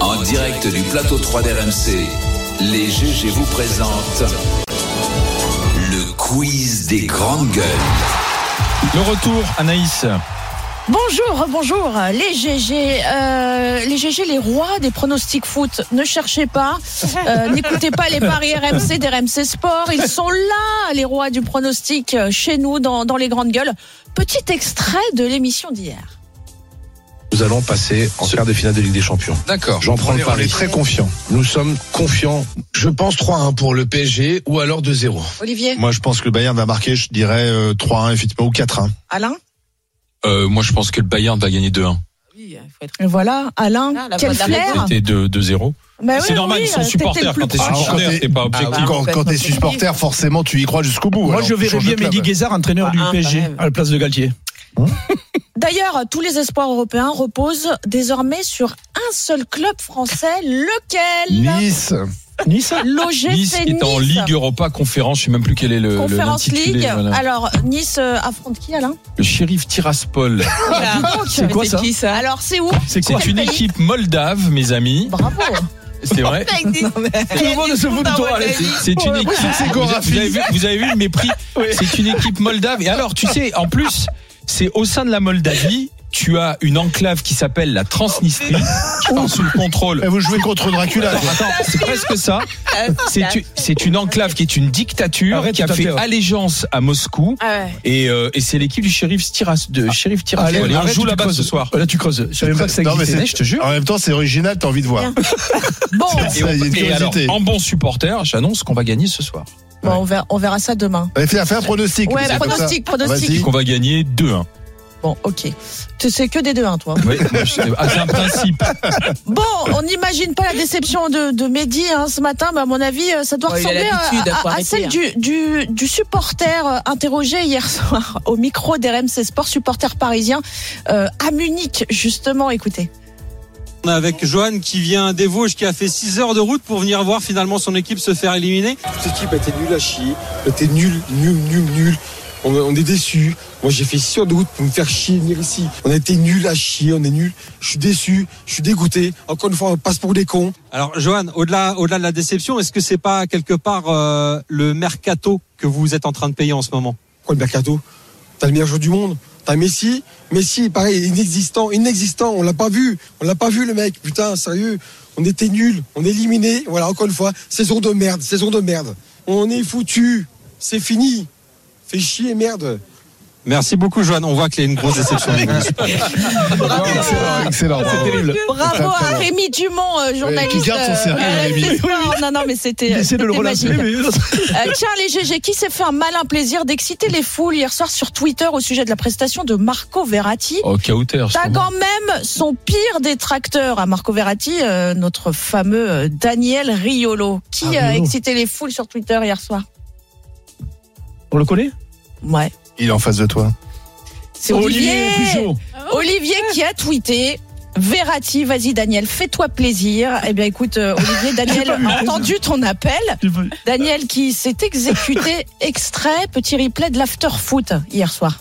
En direct du plateau 3 d'RMC, les GG vous présentent le quiz des grandes gueules. Le retour, Anaïs. Bonjour, bonjour, les GG, euh, les GG, les rois des pronostics foot. Ne cherchez pas, euh, n'écoutez pas les paris RMC d'RMC Sport. Ils sont là, les rois du pronostic, euh, chez nous, dans, dans les grandes gueules. Petit extrait de l'émission d'hier. Nous allons passer en quart de finale de Ligue des Champions. D'accord. J'en prends le On est pari. très confiant. Nous sommes confiants. Je pense 3-1 pour le PSG ou alors 2-0. Olivier, Moi, je pense que le Bayern va marquer, je dirais euh, 3-1, effectivement, ou 4-1. Ah, Alain Euh, moi, je pense que le Bayern va gagner 2-1. hein, Voilà, Alain, Ah, la quel voix d'Alain. flair C'était 2- 2-0. Bah c'est oui, normal, oui, ils sont t'étais le supporters. plus Quand t'es proche. supporter, t'es- c'est pas objectif. Ah, quand quand t'es complètement. supporter, forcément, tu y crois jusqu'au bout. Moi, Alors, je tu verrais changes de bien club. Mehdi Guézard, entraîneur Ah, du quand PSG, même. à la place de Galtier. D'ailleurs, tous les espoirs européens reposent désormais sur un seul club français, lequel euh, Nice. Nice L'OGC Nice est en Ligue Europa Conférence, je sais même plus quel est le. le- Conférence l'intitulé, League. voilà. Alors, Nice euh, affronte qui, Alain Le shérif Tiraspol. C'est quoi ça qui ça Hein Alors, c'est où Ah C'est quoi C'est une Quel pays équipe moldave, mes amis. Bravo C'est vrai. Tout le monde se fout de toi, Alex. C'est une équipe. Vous avez, vous avez vu, vous avez vu le mépris. C'est une équipe moldave. Et alors, tu sais, en plus, c'est au sein de la Moldavie. Tu as une enclave qui s'appelle la Transnistrie, qui est sous le contrôle Eh, Vous jouez contre Dracula. Alors, attends, c'est presque ça. C'est une- C'est une enclave qui est une dictature Arrête, qui a tout à fait fait, ouais. allégeance à Moscou Ah et, euh, et c'est l'équipe du shérif Tiras de shérif Tiras. Ah. Allez, on arrête, joue tu là-bas creuses. ce soir. Là, tu creuses. Je savais même pas que ça Non, mais existait. c'est- je te jure. En même temps, c'est original, t'as envie de voir. Bon, Et, on- Ça, il y a une et alors, curiosité. en bon supporter, j'annonce qu'on va gagner ce soir. bon, on, verra, on verra ça demain. Allez, fais fais un pronostic. Ouais, bah, C'est comme ça. pronostic, pronostic. Vas-y. Qu'on va gagner 2-1. Bon, ok. Tu sais que des 2-1, toi. Oui, moi, je- ah, c'est un principe. Bon, on n'imagine pas la déception de, de Mehdi hein, ce matin, mais à mon avis, euh, ça doit Ouais, il a ressembler l'habitude, à, à- faut à arrêter, celle hein. du, du, du supporter euh, interrogé hier soir au micro d'RMC Sport, supporter parisien euh, à Munich, justement. Écoutez. On est avec Johan qui vient des Vosges, qui a fait 6 heures de route pour venir voir finalement son équipe se faire éliminer. Cette équipe a été nulle à chier, a été nulle, nulle, nulle, nulle. On, on est déçus. Moi, j'ai fait 6 heures de route pour me faire chier venir ici. On a été nuls à chier, on est nuls. Je suis déçu, je suis dégoûté. Encore une fois, on passe pour des cons. Alors Johan, au-delà au-delà de la déception, est-ce que c'est pas quelque part euh, le mercato que vous êtes en train de payer en ce moment Quoi, le mercato T'as le meilleur joueur du monde T'as Messi Messi, pareil, inexistant, inexistant. On l'a pas vu. On l'a pas vu, le mec. Putain, sérieux. On était nuls. On est éliminés. Voilà, encore une fois, saison de merde, saison de merde. On est foutu. C'est fini. Fais chier, merde. Merci beaucoup Johan, on voit qu'il y a une grosse déception. Ah, Excellent, excellent. Ah, bravo. Bravo Très, très à bon. Rémi Dumont, euh, journaliste. qui garde son euh, sérieux, euh, Rémi. c'est fort. Non, non, mais c'était. euh, Il essaie de le c'était relancer, magique. mais Euh, tiens, les GG, qui s'est fait un malin plaisir d'exciter les foules hier soir sur Twitter au sujet de la prestation de Marco Verratti Oh, Kauter. T'as quand même son pire détracteur à Marco Verratti, euh, notre fameux euh, Daniel Riolo, qui Ah, a Riolo. excité les foules sur Twitter hier soir. On le connaît Ouais. Il est en face de toi. C'est Olivier Oh Pujol. Olivier qui a tweeté. Verratti, vas-y Daniel, fais-toi plaisir. Eh bien écoute, euh, Olivier, Daniel a entendu ton appel. Tu peux- Daniel qui s'est exécuté, extrait, petit replay de l'after foot hier soir.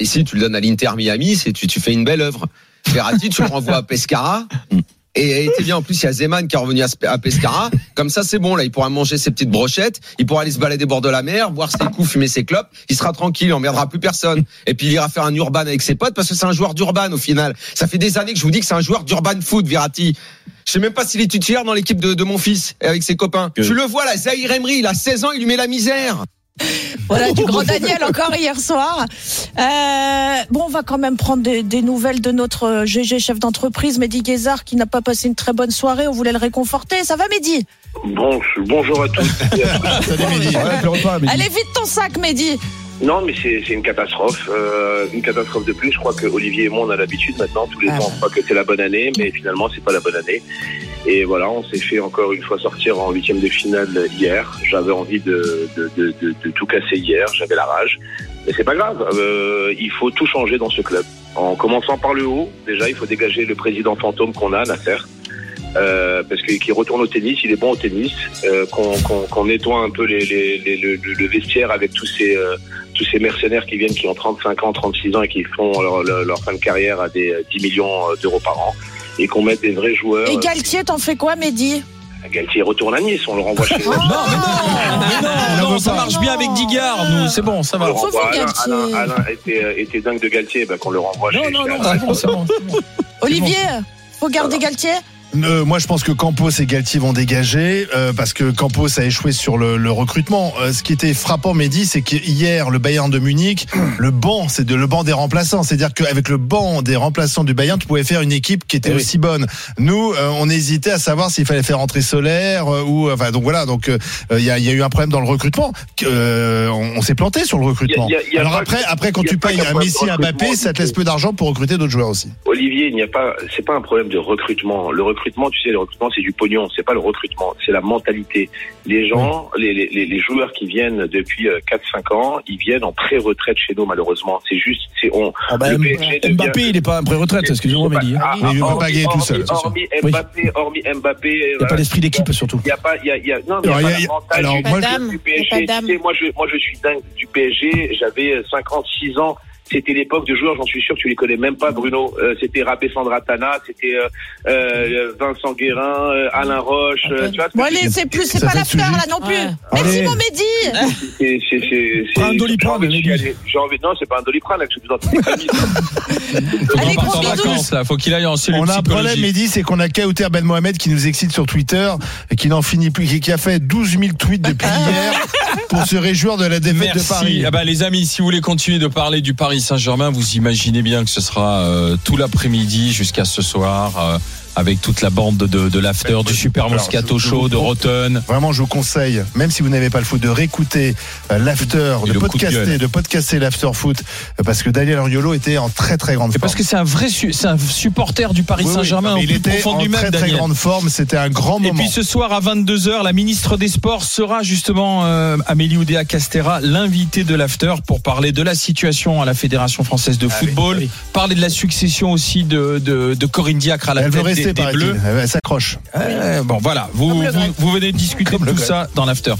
Et si tu le donnes à l'Inter Miami, c'est tu, tu fais une belle œuvre. Ferrati, tu le renvoies à Pescara. Et et t'es bien, en plus, il y a Zeman qui est revenu à, Sp- à Pescara. Comme ça, c'est bon, là, il pourra manger ses petites brochettes, il pourra aller se balader au bord de la mer, boire ses coups, fumer ses clopes, il sera tranquille, il emmerdera plus personne. Et puis, il ira faire un urban avec ses potes, parce que c'est un joueur d'urban, au final. Ça fait des années que je vous dis que c'est un joueur d'urban foot, Verratti. Je sais même pas s'il est titulaire dans l'équipe de, de mon fils, avec ses copains. Tu le vois, là, Zahir Emery, il a 16 ans, il lui met la misère. Voilà, du grand Daniel encore hier soir. Euh, bon, on va quand même prendre des, des nouvelles de notre euh, GG chef d'entreprise, Mehdi Guézard, qui n'a pas passé une très bonne soirée. On voulait le réconforter. Ça va, Mehdi Bon, bonjour à tous. Salut Mehdi. Ouais, pleure pas, mais- Allez vite ton sac, Mehdi. Non, mais c'est c'est une catastrophe. euh, une catastrophe de plus. Je crois que Olivier et moi, on a l'habitude maintenant. Tous les Ah. ans, on croit que c'est la bonne année, mais finalement, c'est pas la bonne année. Et voilà, on s'est fait encore une fois sortir en huitième de finale hier. J'avais envie de, de, de, de- de tout casser hier. J'avais la rage. Mais c'est pas grave. euh, il faut tout changer dans ce club. En commençant par le haut, déjà, il faut dégager le président fantôme qu'on a, Nasser. Euh, parce que- qu'il retourne au tennis, il est bon au tennis, euh, qu'on qu'on- qu'on nettoie un peu les, les- les- le, le- le vestiaire avec tous ces, euh, tous ces mercenaires qui viennent, qui ont 35 ans, 36 ans et qui font leur, leur, leur fin de carrière à des euh, 10 millions euh, d'euros par an. et qu'on mette des vrais joueurs. Et Galtier, t'en fais quoi, Mehdi Oh. Galtier retourne à Nice, on le renvoie chez eux. Non, mais non, mais non, non, ça marche bien avec Digard, nous, c'est bon, ça On va. le Faut renvoie. faire Alain, Galtier. Alain, Alain était, euh, était dingue de Galtier, bah, qu'on le renvoie Non, chez non, chez non, Alain. c'est bon, c'est bon. c'est bon. Olivier, faut garder Galtier Euh, moi, je pense que Campos et Galtier vont dégager euh, parce que Campos a échoué sur le, le recrutement. Euh, ce qui était frappant, Mehdi, c'est qu'hier, le Bayern de Munich, le banc, c'est de le banc des remplaçants. C'est-à-dire qu'avec le banc des remplaçants du Bayern, tu pouvais faire une équipe qui était Eh aussi bonne. Nous, euh, on hésitait à savoir s'il fallait faire entrer Solaire euh, ou enfin donc voilà. Donc euh, il y, a, il y a eu un problème dans le recrutement. Euh, on on s'est planté sur le recrutement. Il y a- il y a- il y a Alors pas- après, après quand il y a tu pas payes qu'un un problème de Messi, un recrutement, Mbappé, ça te laisse peu d'argent pour recruter d'autres joueurs aussi. Olivier, il n'y a pas, c'est pas un problème de recrutement. Le recrutement, tu sais, le recrutement, c'est du pognon. C'est pas le recrutement, c'est la mentalité. Les gens, les, les- les, les joueurs qui viennent depuis euh, 4-5 ans, ils viennent en pré-retraite chez nous, malheureusement. C'est juste, c'est on. Ah bah, Le PSG devient- Mbappé, il n'est pas un pré-retraite, excusez-moi, Mehdi. hein. Ah, Mais il veut hormis- pas gagner tout seul, c'est sûr. Hormis hormis Mbappé, hormis Mbappé, Il n'y a pas l'esprit d'équipe surtout. Il n'y a pas, il y a, il y a, non, mais il y a Alors, il pas y a- l'avantage alors, du- moi, du Madame, il PSG. y a pas Tu sais, moi, je, moi, je suis dingue du PSG. J'avais 56 ans. C'était l'époque de joueurs, j'en suis sûr que tu les connais même pas, Bruno. Euh, c'était Rabé Sandratana, c'était euh, euh, Vincent Guérin, euh, Alain Roche. euh, tu vois, Bon, allez, c'est plus, c'est Ça pas fait l'affaire, sujet. là, non plus. Ouais. Merci, Allez. mon Mehdi. c'est, c'est, c'est, c'est, Prends un Doliprane, j'ai envie d'y Mehdi. aller. J'ai envie, non, c'est pas un doliprane, là, que je vous entends. Faut Allez, qu'on parte gros en bisous. vacances, là. Faut qu'il aille en cellule On a un problème, psychologique. Mehdi, c'est qu'on a Kauter Ben Mohamed qui nous excite sur Twitter et qui n'en finit plus, qui- qui a fait 12 000 tweets depuis hier pour se réjouir de la défaite de Paris. Merci. Ah bah, les amis, si vous voulez continuer de parler du Paris Saint-Germain, vous imaginez bien que ce sera euh, tout l'après-midi jusqu'à ce soir euh, avec toute la bande de, de l'after, du Super Alors, Moscato je- je Show, de vous- Rotten. Vraiment, je vous conseille, même si vous n'avez pas le foot, de réécouter euh, l'after, Et de le coup de podcaster, gueule. de podcaster l'after foot, euh, parce que Daniel Riolo était en très très grande C'est forme. parce que c'est un vrai su- c'est un supporter du Paris Oui, oui. Saint-Germain Mais au il plus était profond en du très même, très Daniel. grande forme. C'était un grand Et moment. puis ce soir à 22h, la ministre des Sports sera justement euh, Amélie Oudéa Castera, l'invitée de l'after pour parler de la situation à la Fédération française de football, parler de la succession aussi de, de, de Corinne Diacre à la Elle tête veut des- rester, des, paraît-il. Bleus. Elle s'accroche. Euh, bon voilà, vous, vous, vous venez de discuter de tout ça dans l'after.